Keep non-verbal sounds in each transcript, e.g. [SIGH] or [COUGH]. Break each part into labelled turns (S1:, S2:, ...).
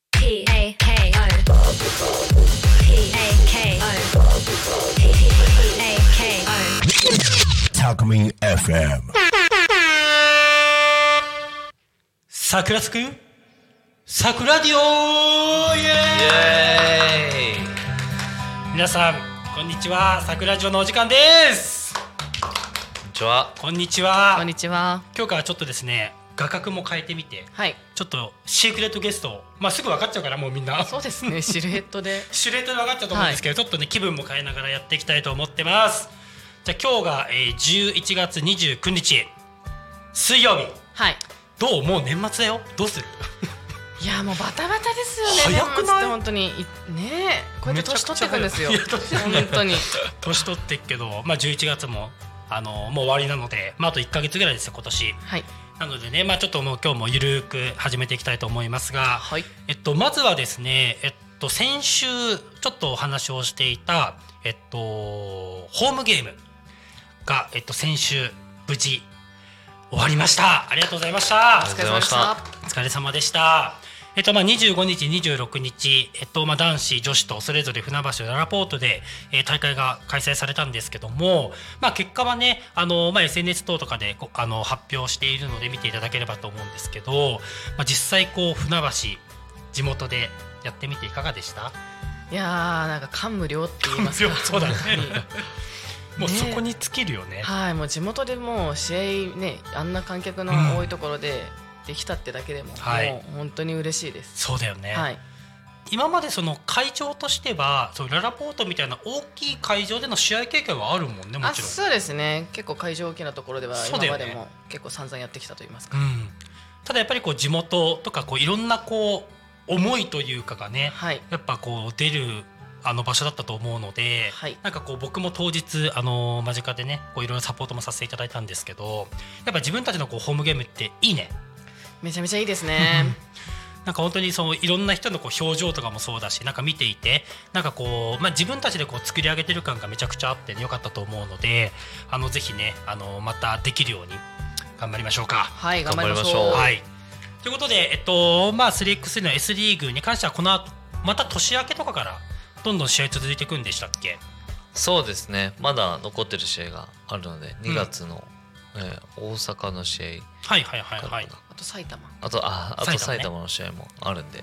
S1: P A K O. P A K O. P A K O.
S2: Talking FM.
S3: 桜つく桜ディオイエーイ
S4: エ
S3: 皆さんこんにちは桜ジオのお時間です
S4: こんにちは
S3: こんにちは
S5: こんにちは。
S3: 今日からちょっとですね画角も変えてみて
S5: はい。
S3: ちょっとシークレットゲストをまあすぐ分かっちゃうからもうみんな
S5: そうです
S3: [LAUGHS]
S5: ね。シルエットで。
S3: シュレットで分かっちゃうと思うんですけど、ちょっとね気分も変えながらやっていきたいと思ってますじゃあ今日が、えー、11月29日水曜日
S5: はい。
S3: どうもう年末だよどうする
S5: いやもうバタバタですよね。
S3: 早くない
S5: 年末って本当にいねえこうやって年取っていくんですよ。
S3: めちゃくちゃ早いいや
S5: 本
S3: [LAUGHS]
S5: 当に。
S3: 年取ってっけど、まあ、11月もあのもう終わりなので、まあ、あと1か月ぐらいですよ今年
S5: はい
S3: なのでね、まあ、ちょっともう今日もゆるく始めていきたいと思いますが、
S5: はい
S3: えっと、まずはですね、えっと、先週ちょっとお話をしていた、えっと、ホームゲームが、えっと、先週無事終わりましたありがとうございました
S4: お疲れ様でした
S3: お疲れ様でした。えっとまあ25日、26日、えっとまあ男子、女子とそれぞれ船橋ララポートで、えー大会が開催されたんですけども、まあ結果はね、あのまあ SNS 等とかでこうあの発表しているので見ていただければと思うんですけど、まあ実際こう船橋地元でやってみていかがでした？
S5: いやーなんか感無量って言いますか。
S3: [LAUGHS] そうだね
S5: 本当に。
S3: もうそこに尽きるよね。
S5: はい。もう地元でもう試合ねあんな観客の多いところでできたってだけでも、
S3: はい
S5: もう本当に嬉しいです。
S3: そうだよね。
S5: はい。
S3: 今までその会場としては、そうララポートみたいな大きい会場での試合経験はあるもんね、も
S5: あ
S3: ちろん。
S5: そうですね結構会場大きなところでは
S3: そう
S5: 今
S3: だよ
S5: ま
S3: ね
S5: でも結構散々やってきたと言いますか、
S3: うん、ただやっぱりこう地元とかこういろんなこう思いというかがね
S5: はい
S3: やっぱこう出るあの場所だったと思うので、
S5: はい
S3: なんかこう僕も当日あの間近でねこういろいろサポートもさせていただいたんですけどやっぱ自分たちのこうホームゲームっていいね
S5: めちゃめちゃいいですね
S3: なんか本当にそのいろんな人のこう表情とかもそうだしなんか見ていてなんかこう、まあ、自分たちでこう作り上げてる感がめちゃくちゃあって、ね、よかったと思うのであのぜひねあのまたできるように頑張りましょうか。
S5: はい頑張りましょう
S4: 頑張りましょう
S3: はい。ということで、えっと、まあ、3x3 の S リーグに関しては、この後、また年明けとかから、どんどん試合続いていくんでしたっけ
S4: そうですねまだ残ってる試合があるので
S3: うん
S4: 2月の、えー大阪の試
S3: はいはいはい
S4: 合からかな、
S3: はい。
S5: あと埼玉
S4: あとああと
S3: 埼
S4: 埼
S3: 玉
S4: 玉の試合もあるんで、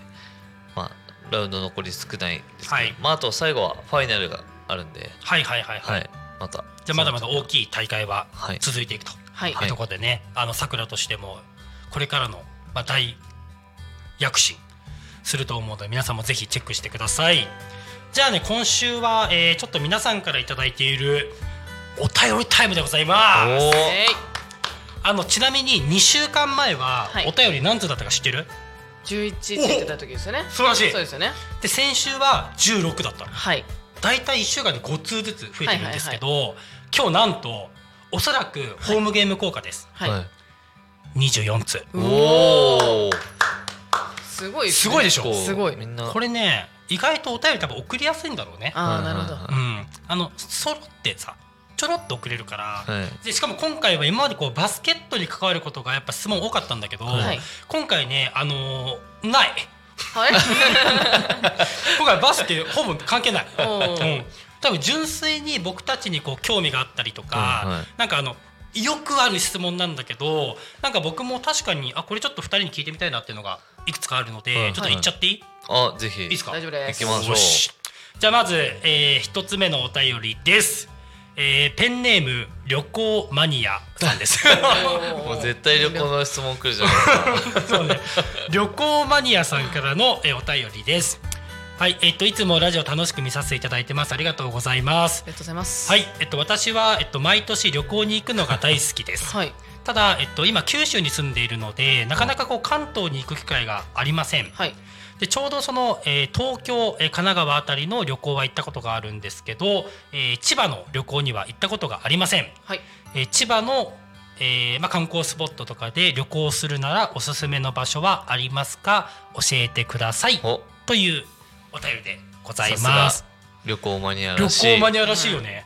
S4: まあラウンド残り少ないですけど、
S3: はい
S4: まああと最後はファイナルがあるんで
S3: はいはいはいは。
S4: はいいまた
S3: じゃあ、まだまだ大
S4: い
S3: きい大会は
S4: はい
S3: 続いていくと。
S5: はい、
S3: いうところでね、あの、桜としても、これからの、まあ、大躍進すると思うので、皆さんもぜひチェックしてください。じゃあね、今週は、えーちょっと皆さんからいただいている、お便りタイムでございます。
S4: おー
S5: えい
S3: あのちなみに2週間前は
S5: はい
S3: お便り何通だったか知ってる、
S5: 11って言ってた時ですよね
S3: 素晴らしい
S5: そうですよね
S3: で先週は16だったの
S5: はい
S3: 大体1週間で5通ずつ増えてるんですけど、今日なんとおそらくホームゲーム効果です、
S5: はい、
S4: はい
S3: 24通
S5: う
S4: おー
S5: すごい
S3: すごいでしょ
S4: 結構
S5: すごい
S4: みんな
S3: これね意外とお便り多分送りやすいんだろうね
S5: ああなるほど
S4: は
S3: うんあの揃ってさちょろっと送れるから、
S4: いはい
S3: でしかも今回は今までこうバスケットに関わることがやっぱ質問多かったんだけど、
S5: はい
S3: 今回ねあのー
S4: [LAUGHS]
S3: ない
S5: はい
S3: [LAUGHS] 今回バスケほぼ関係ない、
S5: おー
S3: うん、多分純粋に僕たちにこう興味があったりとか、
S4: うんはい
S3: なんかあのよくある質問なんだけどなんか僕も確かにあこれちょっと2人に聞いてみたいなっていうのがいくつかあるので、
S4: はい
S3: ちょっと言っちゃっていい、
S4: あぜひ
S3: いいですか
S5: 大丈夫です
S4: いきます
S3: よしじゃあまず、え1つ目のお便りです、えーペンネーム旅行マニアさん
S4: [LAUGHS]
S3: です
S4: [LAUGHS] も
S5: も
S4: う絶対旅行の質問来るじゃない
S5: [LAUGHS]
S3: そうね、旅行マニアさんからのえお便りです。はい、えっといつもラジオ楽しく見させていただいてます。ありがとうございます
S5: あ。りがとうございます
S3: はい、えっと私はえっと毎年旅行に行くのが大好きです。
S5: はい
S3: ただえっと今九州に住んでいるので、なかなかこう関東に行く機会がありません。
S5: はい
S3: でちょうどその、えー東京、えー神奈川あたりの旅行は行ったことがあるんですけど、えー千葉の旅行には行ったことがありません。
S5: はい
S3: えー千葉の、えーまあ、観光スポットとかで旅行するならおすすめの場所はありますか教えてください
S4: お
S3: というお便りでございます
S4: 旅行マニア
S3: 旅
S4: らしい
S3: 行マニアらしいよね、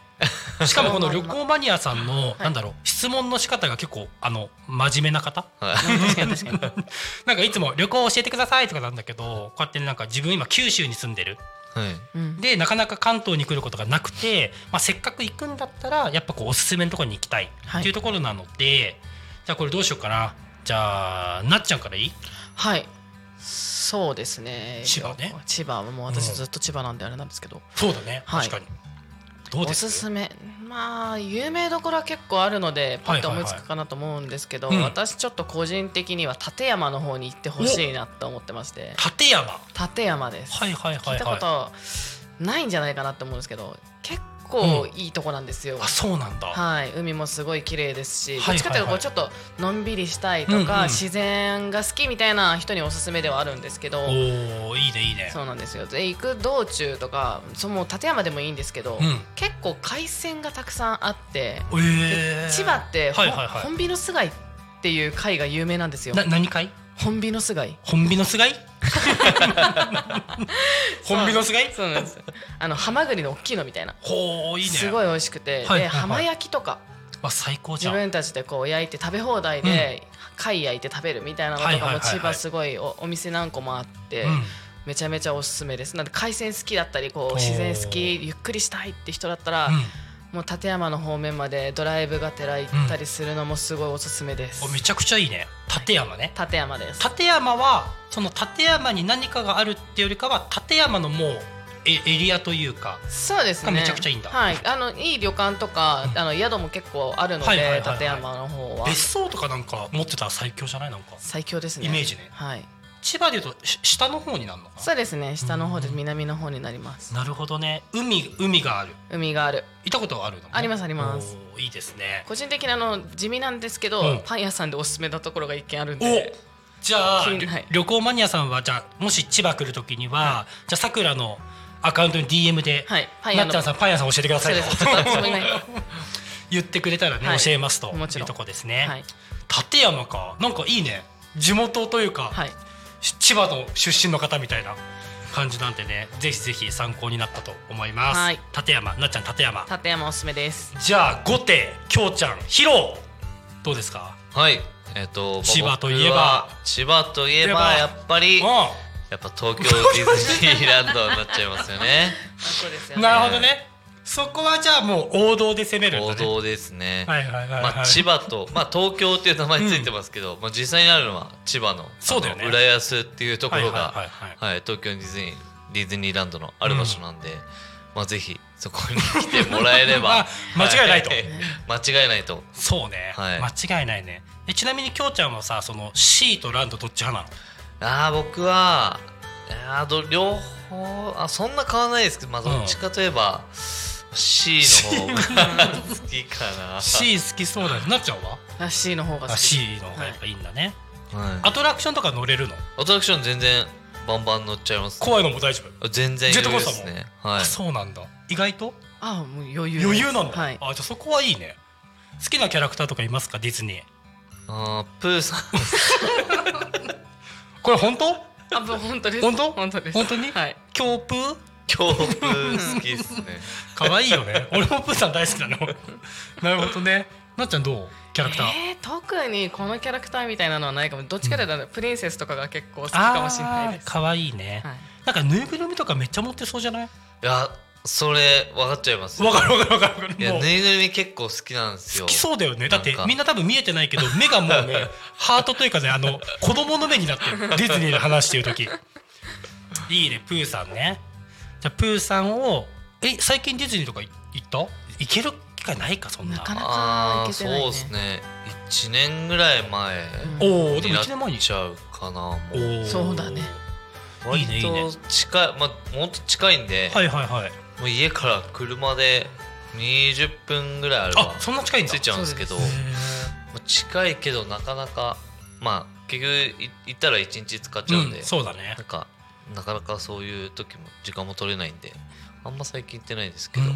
S3: しかもこの旅行マニアさんの、
S5: い
S3: なんだろう、質問の仕方が結構、あの、真面目な方。 [LAUGHS]
S4: はい
S5: 確かに確かに
S3: なんかいつも旅行教えてくださいとかなんだけど、こうやってなんか自分今九州に住んでる。
S4: はい
S5: うん
S3: で、なかなか関東に来ることがなくて、まあ、せっかく行くんだったら、やっぱこうおすすめのところに行きたい
S5: はい
S3: っていうところなので、じゃあこれどうしようかな。じゃあ、なっちゃんからいい
S5: はいそうですね
S3: 千葉ね
S5: 千葉はもう私ずっと千葉なんであれなんですけど、
S3: そうだね。
S5: はい
S3: 確かに。どう
S5: お
S3: です
S5: すすめまあ有名どころは結構あるのでパッと思いつくかなと思うんですけど、
S3: はいはいはいうん
S5: 私ちょっと個人的には立山の方に行ってほしいなと思ってまして
S3: 立山。は
S5: 立山です、
S3: いはいはいはい。
S5: 聞いたことないんじゃないかなと思うんですけど結構いいとこなんですよ、
S3: あ、そうなんだ。
S5: はい、海もすごい綺麗ですし、
S3: はいはいはい
S5: どっちかというとこうちょっとのんびりしたいとか、
S3: うんうん
S5: 自然が好きみたいな人におすすめではあるんですけど
S3: おお、いいねいいね。
S5: そうなんですよで行く道中とかその立山でもいいんですけど、
S3: うん
S5: 結構海鮮がたくさんあって、
S3: ええ
S5: 千葉って、
S3: はいはいはい
S5: ほんホンビノス貝っていう貝が有名なんですよ
S3: な何会
S5: ホンビノ
S3: [LAUGHS]
S5: ス貝
S3: 本ビノ
S5: [LAUGHS]
S3: ス貝本ビノス貝
S5: そうなんですあのハマグリの大きいのみたいな
S3: ほういいね
S5: すごい美味しく
S3: は
S5: て、
S3: いはいはい
S5: で浜焼きとか
S3: あ最高じ
S5: 自
S3: ゃん
S5: 分たちでこう焼いて食べ放題で、貝焼いて食べるみたいなの
S3: は
S5: と
S3: いはい
S5: か
S3: はい
S5: も
S3: はい
S5: 千葉すごいおお店何個もあって、
S3: うん
S5: めちゃめちゃおすすめですなんで海鮮好きだったりこ
S3: おー
S5: う自然好きゆっくりしたいって人だったら、
S3: う
S5: もう立山の方面までドライブがてら行ったりするのもすごいおすすめです、
S3: んおめちゃくちゃいいね立山ね
S5: 立山です
S3: 立山はその立山に何かがあるってよりかは立山のもうえエリアというか
S5: そうですね
S3: めちゃくちゃいいんだ
S5: はい、あのいい旅館とか、あの宿も結構あるので、
S3: はいはいはいはい
S5: 立山の方は
S3: 別荘とかなんか持ってたら最強じゃないなんか
S5: 最強ですね
S3: イメージね
S5: はい
S3: 千葉でいうとし下の方になるのか
S5: そうですね下の方で南の方になります
S3: ななるほどね海海がある
S5: 海がある
S3: 行ったことあるの
S5: ありますあります
S3: おーいいですね
S5: 個人的にあの地味なんですけど、
S3: うん
S5: パン屋さんでおすすめなところが一軒あるん
S3: お
S5: で
S3: じゃあ、
S5: 気にない
S3: 旅行マニアさんはじゃあもし千葉来る時には、じゃあさくらのアカウントに DM で、
S5: はいパン
S3: な
S5: 屋
S3: っ
S5: の
S3: ちゃんさんパン屋さん教えてくだ
S5: そ
S3: さ
S5: う
S3: い
S5: で
S3: と
S5: すちょっと私も
S3: [LAUGHS]
S5: いない
S3: 言ってくれたらね、
S5: はい
S3: 教えますと
S5: もちろ
S3: いう
S5: ん
S3: とこですね、
S5: はい、
S3: 立山かなんかいいね地元というか、
S5: はい、
S3: し千葉の出身の方みたいな感じなんでねぜひぜひ参考になったと思います、
S5: はい
S3: 立山なっちゃん立山
S5: 立山おすすめです
S3: じゃあ後手きょうちゃんひろうどうですか
S4: はいえっとまあ
S3: 千葉といえば
S4: 僕は千葉といえば
S3: 千葉
S4: やっぱり
S3: う
S4: や
S3: ん
S4: っぱ東京ディズニーランドになっちゃいます
S3: [LAUGHS]
S4: よね
S5: そうですよね
S3: なるほどね。そこはじゃあもう王道で攻めるんだ
S4: 王
S3: ね。
S4: 道ですね
S3: はいはいはいはい。
S4: まあ、千葉と、まあ、東京っていう名前ついてますけど、まあ、実際にあるのは千葉の
S3: そうだよね
S4: あの浦安っていうところが
S3: はいはいはい
S4: はい東京ディズニーディズニーランドのある場所なんで、まあ、ぜひそこに来てもらえ
S3: [LAUGHS]
S4: れば
S3: あ間違いないと
S4: は間違いないと
S3: そうね、
S4: はい
S3: 間違いないね。えちなみにきょうちゃんはさ、その C とランドどっち派なの？
S4: ああ僕はあーど両方あそんな変わらないですけど、まあ、どっちかといえば、C の方が好きか
S3: [LAUGHS]
S4: な
S3: C 好きそうだね。なっちゃんは？
S5: あ C の方が好
S3: あ
S5: き
S3: C の方がやっぱいいんだね。
S4: はい
S3: アトラクションとか乗れるの？
S4: アトラクション全然バンバン乗っちゃいます
S3: 怖いのも大丈夫。
S4: 全然
S3: ジェット
S4: 余
S3: コー
S4: 裕
S3: ス
S4: で
S3: ターも
S4: すねは
S3: あ
S4: い
S3: そうなんだ。意外と
S5: あもう余裕です
S3: 余裕なんだ。
S5: はい
S3: あじゃあそこはいいね。好きなキャラクターとかいますかディズニー？
S4: あープーさん
S3: これ本当？
S5: あもう本当です
S3: 本当
S5: 本当です
S3: 本当に
S5: はい
S3: キョープー？
S4: 恐怖好きっすね
S3: 可愛いよ
S5: [LAUGHS]
S3: ね。俺もプーさん大好きなの。なるほどね。なっちゃんどう？キャラクター。
S5: えー、特にこのキャラクターみたいなのはないかもどっちかというと、プリンセスとかが結構好きかもしれないです
S3: 可愛いね、
S5: はい
S3: なんかぬいぐるみとかめっちゃ持ってそうじゃない？
S4: いやそれ分かっちゃいます
S3: わかるわかるわかるわか
S4: い
S3: る。
S4: や
S3: もう
S4: ぬいぐるみ結構好きなんですよ
S3: 好きそうだよね。だって
S4: なんか
S3: みんな多分見えて [LAUGHS] ないけど目がもうねハートというかねあ [LAUGHS] の子供の目になってるディズニーで話してる時。いいねプーさんね。じゃあプーさんをえ最近ディズニーとかい行った？行ける機会ないかそんな。
S5: なかなか
S4: ああ
S5: いけて
S4: そう
S5: ないね
S4: ですね1年ぐらい前
S5: うん
S3: おおで
S4: に
S3: も
S4: なっ
S3: 一年前に。
S4: ちゃうかなも
S3: お
S4: う
S3: ー
S5: そうだね
S3: いいねいいね
S4: 割と近いまあほんと近いんで、
S3: はいはいはい。
S4: もう家から車で20分ぐらいあれば
S3: あそんな近いんだ。
S4: 着いちゃうんですけど
S3: へー
S4: まあ近いけどなかなかまあ結局い行ったら1日使っちゃうんで、
S3: うんそうだね
S4: なん。かなかなかそういう時も時間も取れないんであんま最近行ってないです
S3: う
S4: け
S3: ー
S4: ど、
S3: ん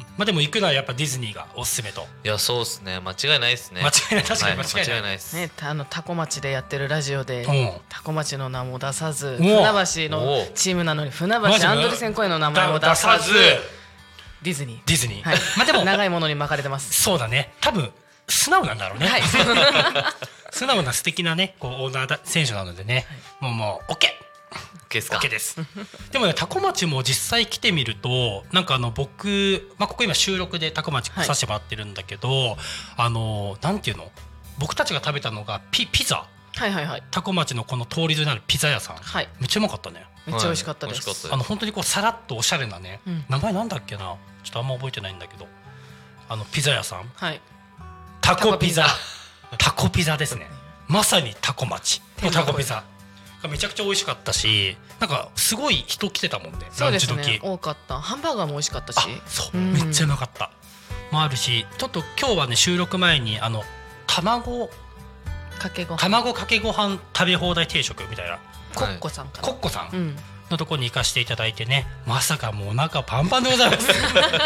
S4: い
S3: まあでも行くのはやっぱディズニーがおすすめと。
S4: やそうですね間違いないですね
S3: 間違いない確かに間
S4: は
S3: 違いない。
S4: ないです、
S5: ね、たあのタコ町でやってるラジオで、
S3: うん
S5: タコ町の名も出さず
S3: お
S5: 船橋の
S4: お
S5: チームなのに船
S3: マジ
S5: 橋アンドルセン公園の名前を出さずディズニー。
S3: ディズニー、
S5: はい。
S3: まあでも
S5: 長いものに巻かれ
S3: [LAUGHS]
S5: てます。
S3: そうだね多分素直なんだろうね、
S5: はい。
S3: 素直な素敵なねこうオーナーだ選手なのでね、もうもう OK
S4: ケースか
S3: OK ですでもね多古町も実際来てみるとなんかあの僕、まあ、ここ今収録で多古町来させてもらってるんだけど、あのなんていうの僕たちが食べたのがピピザ
S5: はいはいはい。
S3: 多古町のこの通り沿いにあるピザ屋さん
S5: はい。
S3: めっちゃうまかったね
S5: めっちゃ美味しかったです。
S4: はい美味しかっ
S3: あの本当にこうさらっとおしゃれなね、
S5: うん
S3: 名前なんだっけなちょっとあんま覚えてないんだけどあのピザ屋さん
S5: はい。
S3: タコピザタコピザですねまさにタコ町のタコピザがめちゃくちゃ美味しかったしなんかすごい人来てたもんね
S5: そ
S3: ラ
S5: う
S3: ン
S5: で
S3: チ
S5: す
S3: 時、
S5: ね。多かった。ハンバーガーも美味しかったし。
S3: あそう、
S5: うん
S3: めっちゃうまかったもあるしちょっと今日はね収録前にあの卵
S5: かけご飯。
S3: 卵かけご飯食べ放題定食みたいな
S5: コッコさんか
S3: コ
S5: ら。
S3: ッコさん
S5: うん。
S3: のとこに行かせていただいてねまさかもうお腹パンパンでございます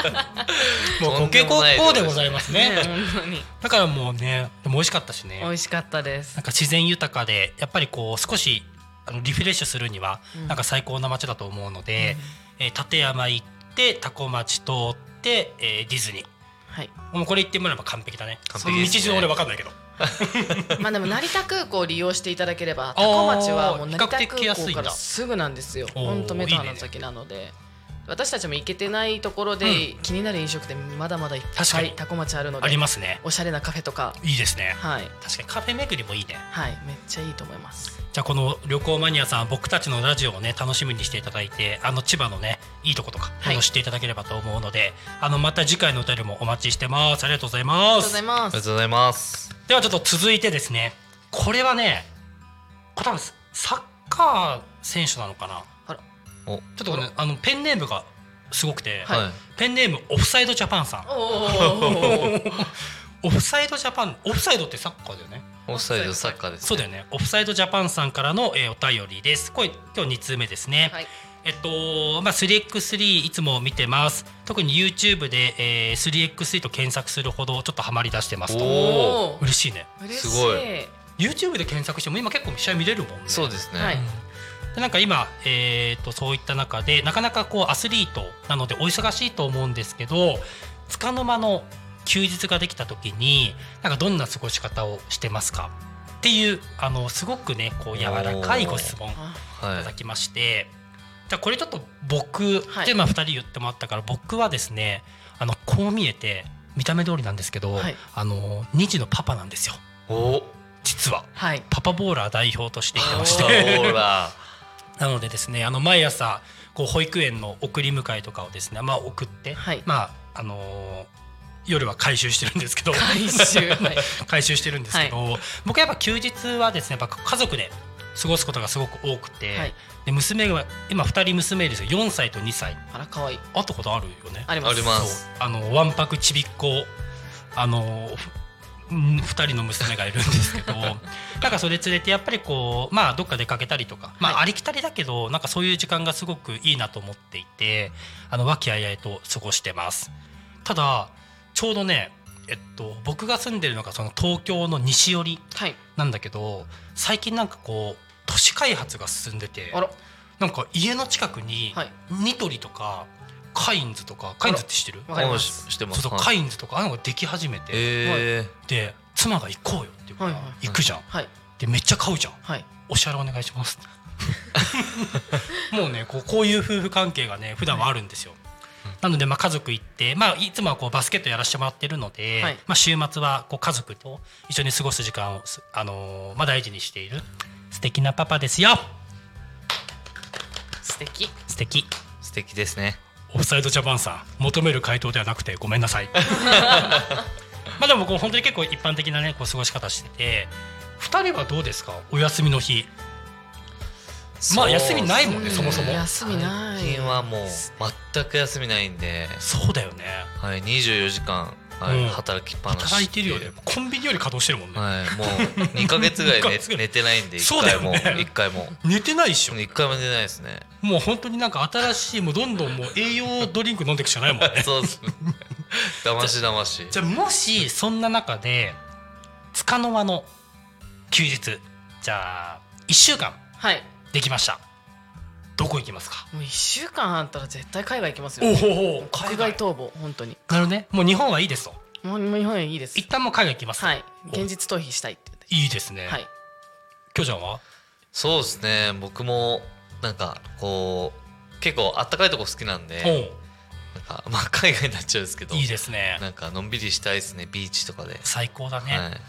S3: [LAUGHS] もうコケコッコーでございますね
S5: ね本当に。
S3: だからもうねでも美味しかったしね
S5: 美味しかったです
S3: なん。か自然豊かでやっぱりこう少しあのリフレッシュするには
S5: うん
S3: なんか最高な街だと思うので、えー立山行って多古町通って、えーディズニー
S5: はい。
S3: もうこれ言ってもらえば完璧だね
S4: 完璧ですね
S3: その道順俺分かんないけど
S5: まあでも成田空港を利用していただければ
S3: あー
S5: 多古町はもう成田
S3: 比較的来
S5: 空
S3: やすい
S5: 港
S3: んだ
S5: からすぐなんですよ
S3: おー
S5: ほんと目と鼻の先なので私たちも行けてないところで気になる飲食店まだまだいっ
S3: 確
S5: ぱ
S3: かに
S5: い多古町あるの
S3: あり
S5: で
S3: ますね
S5: おしゃれなカフェとか
S3: いいですね
S5: はい
S3: 確かにカフェ巡りもいいね
S5: はいめっちゃいいと思います
S3: じゃあこの旅行マニアさん僕たちのラジオをね楽しみにしていただいてあの千葉のねいいとことか
S5: はい
S3: 知っていただければと思うので、あのまた次回のお便りもお待ちしてますありがとうございま
S5: ありがとう
S3: す
S5: ございま
S4: ありが
S5: す
S4: とうございます
S3: ではちょっと続いてですねこれはねこれ多分サッカー選手なのかな
S5: あら
S4: おはい
S3: ちょっとねあのペンネームがすごくて、
S5: はい
S3: ペンネームオフサイドジャパンさん
S5: おー
S3: オフサイドジャパンオフサイドってサッカーだよね
S4: オフサイドサッカーです
S3: そうだよねオフサイドジャパンさんからの、えーお便りですこれ今日2通目ですね、
S5: はい
S3: えっとまあ、3x3 いつも見てます特に YouTube で、えー 3x3 と検索するほどちょっとハマりだしてますと
S4: お
S5: おー
S3: 嬉しいね
S5: 嬉しい
S4: すごい
S3: YouTube で検索しても今結構試合見れるもんね
S4: そうですね、
S5: はい
S3: でなんか今、えー、とそういった中でなかなかこうアスリートなのでお忙しいと思うんですけどつかの間の休日ができた時になんかどんな過ごし方をしてますかっていうあのすごくねこう柔らかいご質問い
S5: あ
S4: は
S3: ただ
S4: い
S3: きましてじゃあこれちょっと僕
S5: はい
S3: でまあ2人言ってもらったから僕はですねあのこう見えて見た目通りなんですけど、
S5: はい
S3: あの2児のパパなんですよ
S4: お
S3: 実は。
S5: はい
S3: パパボーラー代表としていてまし
S4: ほ
S3: て
S4: ら
S3: なのでですねあの毎朝こう保育園の送り迎えとかをですね、まあ、送って、
S5: はい
S3: まああのー夜は回収してるんですけど
S5: 回収はい
S3: [LAUGHS] 回収してるんですけど、僕やっぱ休日はですねやっぱ家族で過ごすことがすごく多くて、
S5: はい
S3: で娘が今2人娘いるんですよ4歳と2歳
S5: あら可愛い
S3: 会ったことあるよね
S5: あります
S4: あります
S3: そうあのわんぱくちびっ子あのふうん二人の娘がいるんです
S5: [LAUGHS]
S3: けどなんかそれ連れてやっぱりこうまあどっか出かけたりとか、まあ、
S5: は
S3: ありきたりだけどなんかそういう時間がすごくいいなと思っていてあの和気あいあいと過ごしてますただちょうどねえっと僕が住んでるのがその東京の西寄り
S5: はい
S3: なんだけど最近なんかこう都市開発が進んでて
S5: あら
S3: なんか家の近くに
S5: はい
S3: ニトリとかカインズとかカインズって知ってる
S5: わかりま
S4: し
S5: す
S4: してま
S3: そうそ
S4: す
S3: う
S4: はい
S3: カインズとかああいうのができ始めて
S4: え
S3: で妻が行こうよって言うか
S5: はいはいは
S3: ら
S5: い
S3: 行くじゃん
S5: はい
S3: でめっちゃ買うじゃん
S5: はい
S3: お支払いお願いします
S4: [LAUGHS]
S3: もうねこうこういう夫婦関係がね普段はあるんですよ、なのでまあ家族行って、まあ、いつもはこうバスケットやらせてもらってるので、
S5: はい
S3: まあ、週末はこう家族と一緒に過ごす時間をす、あのーまあ、大事にしている素敵なパパですよ
S5: 素敵
S3: 素敵
S4: ー、素敵ですね
S3: オフサイドジャパンさん求める回答ではなくてごめんなさいまあでもこう本当に結構一般的なねこう過ごし方してて2人はどうですかお休みの日まあ休みないもんねそもそも
S5: うん休みない
S4: 最近はもう全く休みないんで、
S3: そうだよね
S4: はい、24時間、はい
S3: うん
S4: 働きっぱなし
S3: 働いてるよねコンビニより稼働してるもんね、
S4: はいもう2ヶ月ぐらい
S3: 二ヶ月ぐら
S4: 寝
S3: い
S4: 寝てないんで一
S3: そうだ
S4: 回
S3: よ
S4: も
S3: ね
S4: 一回も
S3: 寝てないっしょ
S4: 一回も寝てないですね
S3: もう本当になんか新しいもうどんどんもう栄養ドリンク飲んでいくしかないもんね
S4: そうですね騙し騙し
S3: [LAUGHS] じゃあもしそんな中でつかの間の休日じゃあ1週間
S5: はい
S3: できましたどこ行きますか
S5: もう一週間あったら絶対海外行きますよ、
S3: おお
S5: ね、
S3: 海
S5: 国
S3: 外
S5: 外
S3: と
S5: 逃亡本当に
S3: なるほどねもう日本はいいですと
S5: もうもう日本いいです
S3: 一旦もう海外行きます、、
S5: はいい現実逃避したいって言って
S3: いですね
S5: はい
S3: きょうちゃんは
S4: そうですね僕もなんかこう結構あったかいとこ好きなんでなんか、まあ、海外になっちゃうんですけ
S3: お
S4: ど
S3: ういいですね
S4: なんかのんびりしたいですねビーチとかで、
S3: 最高だね、
S4: はい、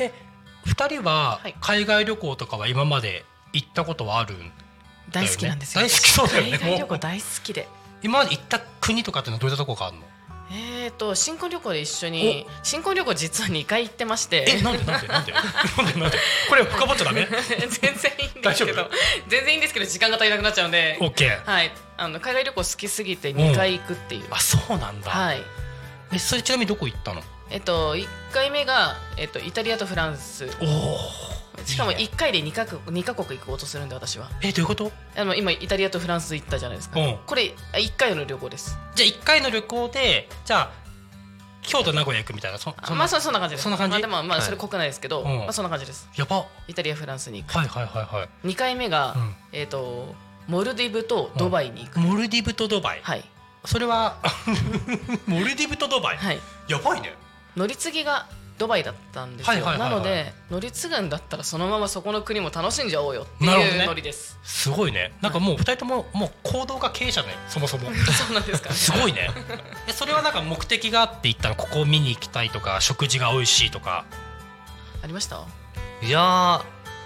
S3: え二人は
S5: はい
S3: 海外旅行とかは今まで行ったことはあるんだよね
S5: 大好きなんですよ
S3: 大好きそうだよね
S5: 海外旅
S3: も
S5: 行
S3: う
S5: 大好きで
S3: 今まで行った国とかっていうのはどういったとこがあるの
S5: えー、と新婚旅行で一緒に新婚旅行実は2回行ってまして
S3: えなんでなんでなんでなんでなんでこれ深掘っちゃダメ
S5: [LAUGHS] 全然いいんですけ
S3: 大丈
S5: ど全然いいんですけど時間が足りなくなっちゃうんで
S3: オ、ッケー
S5: はい、あの海外旅行好きすぎて2回行くっていう、
S3: あそうなんだ、
S5: はい
S3: えそれちなみにどこ行ったの
S5: えっと1回目が、えっと、イタリアとフランス
S3: おお
S5: しかも1回で2か国二カ国行こうとするんで私は
S3: えどういうこと
S5: あの今イタリアとフランス行ったじゃないですか、
S3: うん
S5: これあ1回の旅行です
S3: じゃあ一回の旅行でじゃあ京都名古屋行くみたいなそそんな
S5: まあそそんな感じです
S3: そんな感じ
S5: まあ、でもま
S4: は
S5: あ
S4: い
S5: それ国内ですけど、
S3: うん
S5: まあ、そんな感じです
S3: やば
S5: イタリアフランスに行く
S3: はいはいはいは
S5: 2回目が、
S3: うん
S5: えっとモルディブとドバイに行く、
S3: いモルディブとドバイ、
S5: はい
S3: それは [LAUGHS] モルディブとドバイ、
S5: はい
S3: やばいね
S5: 乗り継ぎがドバイだったんです
S3: はい
S5: よ
S3: はいはいは
S5: ないので乗り継ぐんだったらそのままそこの国も楽しんじゃおうよって
S3: なるほど
S5: い
S3: ね
S5: うノリです、 [LAUGHS]
S3: すごいねなんかもう二人とももう行動が経営者ねそもそも
S5: そうなんですか
S3: [LAUGHS]
S5: ね
S3: すごいねえそれはなんか目的があって言ったらここを見に行きたいとか食事が美味しいとか
S5: ありました
S4: いやー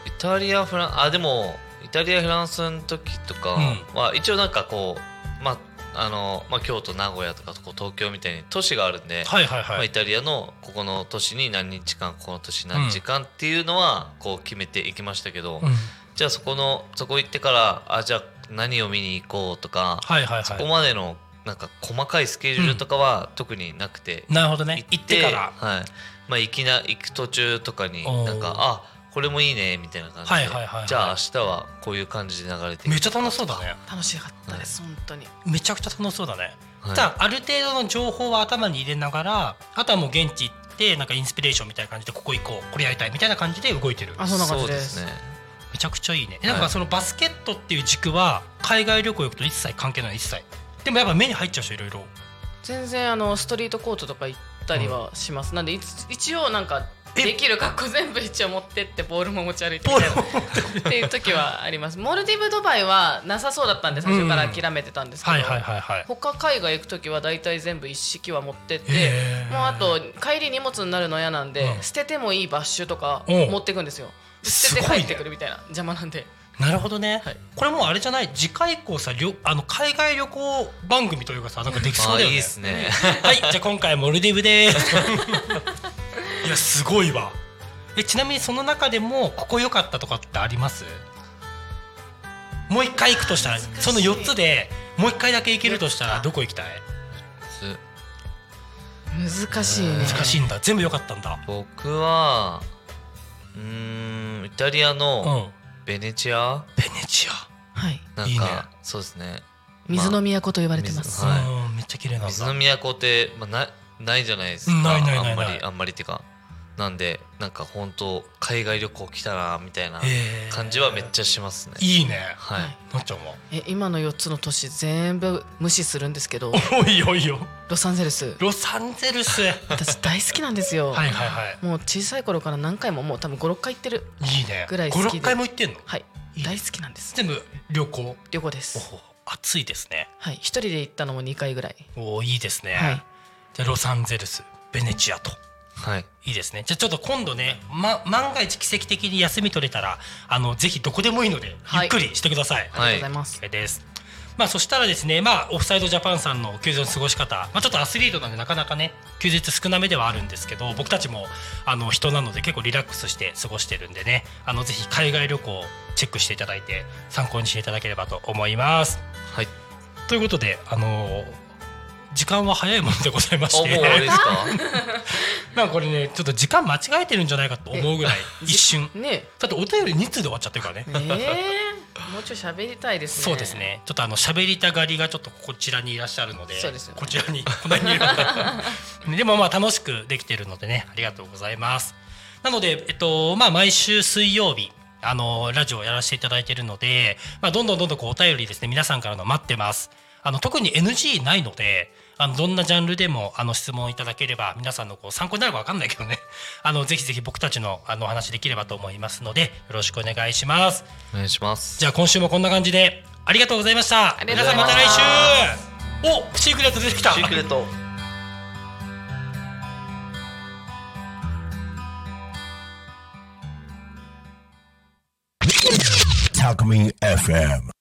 S4: イタリアフランあでもイタリアフランスの時とかは、一応なんかこうまああの、まあ、京都名古屋とかこう東京みたいに都市があるんで、
S3: はいはい
S4: まあ、
S3: は
S4: イ
S3: い
S4: タリアのここの都市に何日間ここの都市に何日間っていうのはこう決めていきましたけど、
S3: うん
S4: じゃあそこのそこ行ってからあじゃあ何を見に行こうとか、
S3: はいはい
S4: そこ
S3: は
S4: までのなんか細かいスケジュールとかは特になくて、
S3: いなるほどね行ってから
S4: はいまあ、行きな行く途中とかに
S3: おー
S4: なんかあこれもいいねみたいな感じで、
S3: はいはいはいはい
S4: じゃあ明日はこういう感じで流れていく
S3: めっちゃ楽しそうだね
S5: 楽しかったです本当に
S3: めちゃくちゃ楽しそうだね、
S4: はい
S3: じゃあある程度の情報は頭に入れながらあとはもう現地行ってなんかインスピレーションみたいな感じでここ行こうこれやりたいみたいな感じで動いてる
S5: あそんな感じです
S4: そうですね
S3: めちゃくちゃいいねえ
S4: は
S3: ないんかそのバスケットっていう軸は海外旅行行くと一切関係ない一切でもやっぱ目に入っちゃう人いろいろ
S5: 全然あのストリートコートとか行ったりはします、なんでいつ一応なんかできる格好全部一応持ってってボールも持ち歩いてみたいなっていう時はありますモルディブドバイはなさそうだったんで最初から諦めてたんですけど、
S3: はいはいはいはい
S5: 他海外行く時は大体全部一式は持ってって
S3: へー
S5: もうあと帰り荷物になるの嫌なんで、
S3: うん
S5: 捨ててもいいバッシュとか
S3: おう
S5: 持ってくんですよ
S3: す
S5: 捨
S3: ごいね
S5: てて帰ってくるみたいな、邪魔なんで
S3: なるほどね、
S5: はい
S3: これもうあれじゃない次回以降さりょあの海外旅行番組というかさなんかできそう
S4: あ
S3: だ
S4: い
S3: よ
S4: い
S3: ね
S4: ですね
S3: はい、じゃあ今回モルディブでーす。いや、すごいわ。え、ちなみにその中でも、ここ良かったとかってあります。もう一回行くとしたら、
S5: 難しい
S3: その四つで、もう一回だけ行けるとしたら、どこ行きたい。
S5: 難しいね
S3: 難しいんだ、全部良かったんだ。
S4: 僕はうーんイタリア
S3: う
S4: の
S3: ん、
S4: ベネチア、
S3: ベネチア。
S5: はい
S4: なんか
S3: いいね
S4: そうですね
S5: 水の都と言われてます、
S4: はい
S3: うん、めっちゃ綺麗なん
S4: 水
S3: だ
S4: の。都って、まあ、なないじゃないです
S3: う
S4: か
S3: んないないないない
S4: あんまりあんまりっていうかなんでなんか本当海外旅行来たなみたいな
S3: えー
S4: 感じはめっちゃしますね、
S3: いいね。
S4: はい、
S5: はい
S3: なっちゃんは。
S5: え今の4つの都市全部無視するんですけど
S3: おいおいよ。
S5: ロサンゼルス
S3: ロサンゼルス。は
S5: 私大好きなんですよ、
S3: いはいは
S5: もう小さい頃から何回ももう多分56回行ってる
S3: い。いいね。
S5: ぐらい好きで
S3: 五六回も行ってんの。
S5: はい
S3: いいね
S5: 大好きなんです
S3: 全部旅行。
S5: 旅行で
S3: お
S5: す
S3: お、暑いですね。
S5: はい一人で行ったのも2回ぐらい
S3: おおいいですね、
S5: はい
S3: じゃあロサンゼルスベネチアと
S4: はい
S3: いいですねじゃあちょっと今度ね、ま、万が一奇跡的に休み取れたらあのぜひどこでもいいのでゆ
S5: はい
S3: っくりしてください、
S5: ありがとうございます、
S3: OK ですまあそしたらですねまあオフサイドジャパンさんの休日の過ごし方、まあ、ちょっとアスリートなんでなかなかね休日少なめではあるんですけど僕たちもあの人なので結構リラックスして過ごしてるんでねあのぜひ海外旅行をチェックしていただいて参考にしていただければと思います。
S4: はい
S3: ということで、あのー時間は早いものでございまし
S4: あ、もう終わり
S3: て [LAUGHS]
S4: で、すか。
S3: なんかこれね、ちょっと時間間違えてるんじゃないかと思うぐらい、一瞬。
S5: ね
S3: だってお便り2通で終わっちゃってるからね
S5: え。ねえもうちょい喋りたいですね
S3: そうですね。ちょっとあの喋りたがりがちょっとこちらにいらっしゃるので、
S5: そうですよね
S3: こちらにこの辺にいるの
S5: [LAUGHS]
S3: で、でもまあ楽しくできてるのでね、ありがとうございます。なのでえっとまあ毎週水曜日。あのラジオをやらせていただいてるので、まあ、どんどんどんどんこうお便りですね皆さんからの待ってますあの特に NG ないのであのどんなジャンルでもあの質問いただければ皆さんのこう参考になるか分かんないけどねあのぜひぜひ僕たちのあのお話できればと思いますのでよろしくお願いします
S4: お願いします
S3: じゃあ今週もこんな感じでありがとうございました
S5: あり
S3: 皆
S5: がと
S3: さ
S5: うんご
S3: ま
S5: ざ
S3: た
S5: い
S3: 来
S5: ま
S3: 週
S5: す
S3: おシークレット出てきた
S4: シークレット
S2: タクミン FM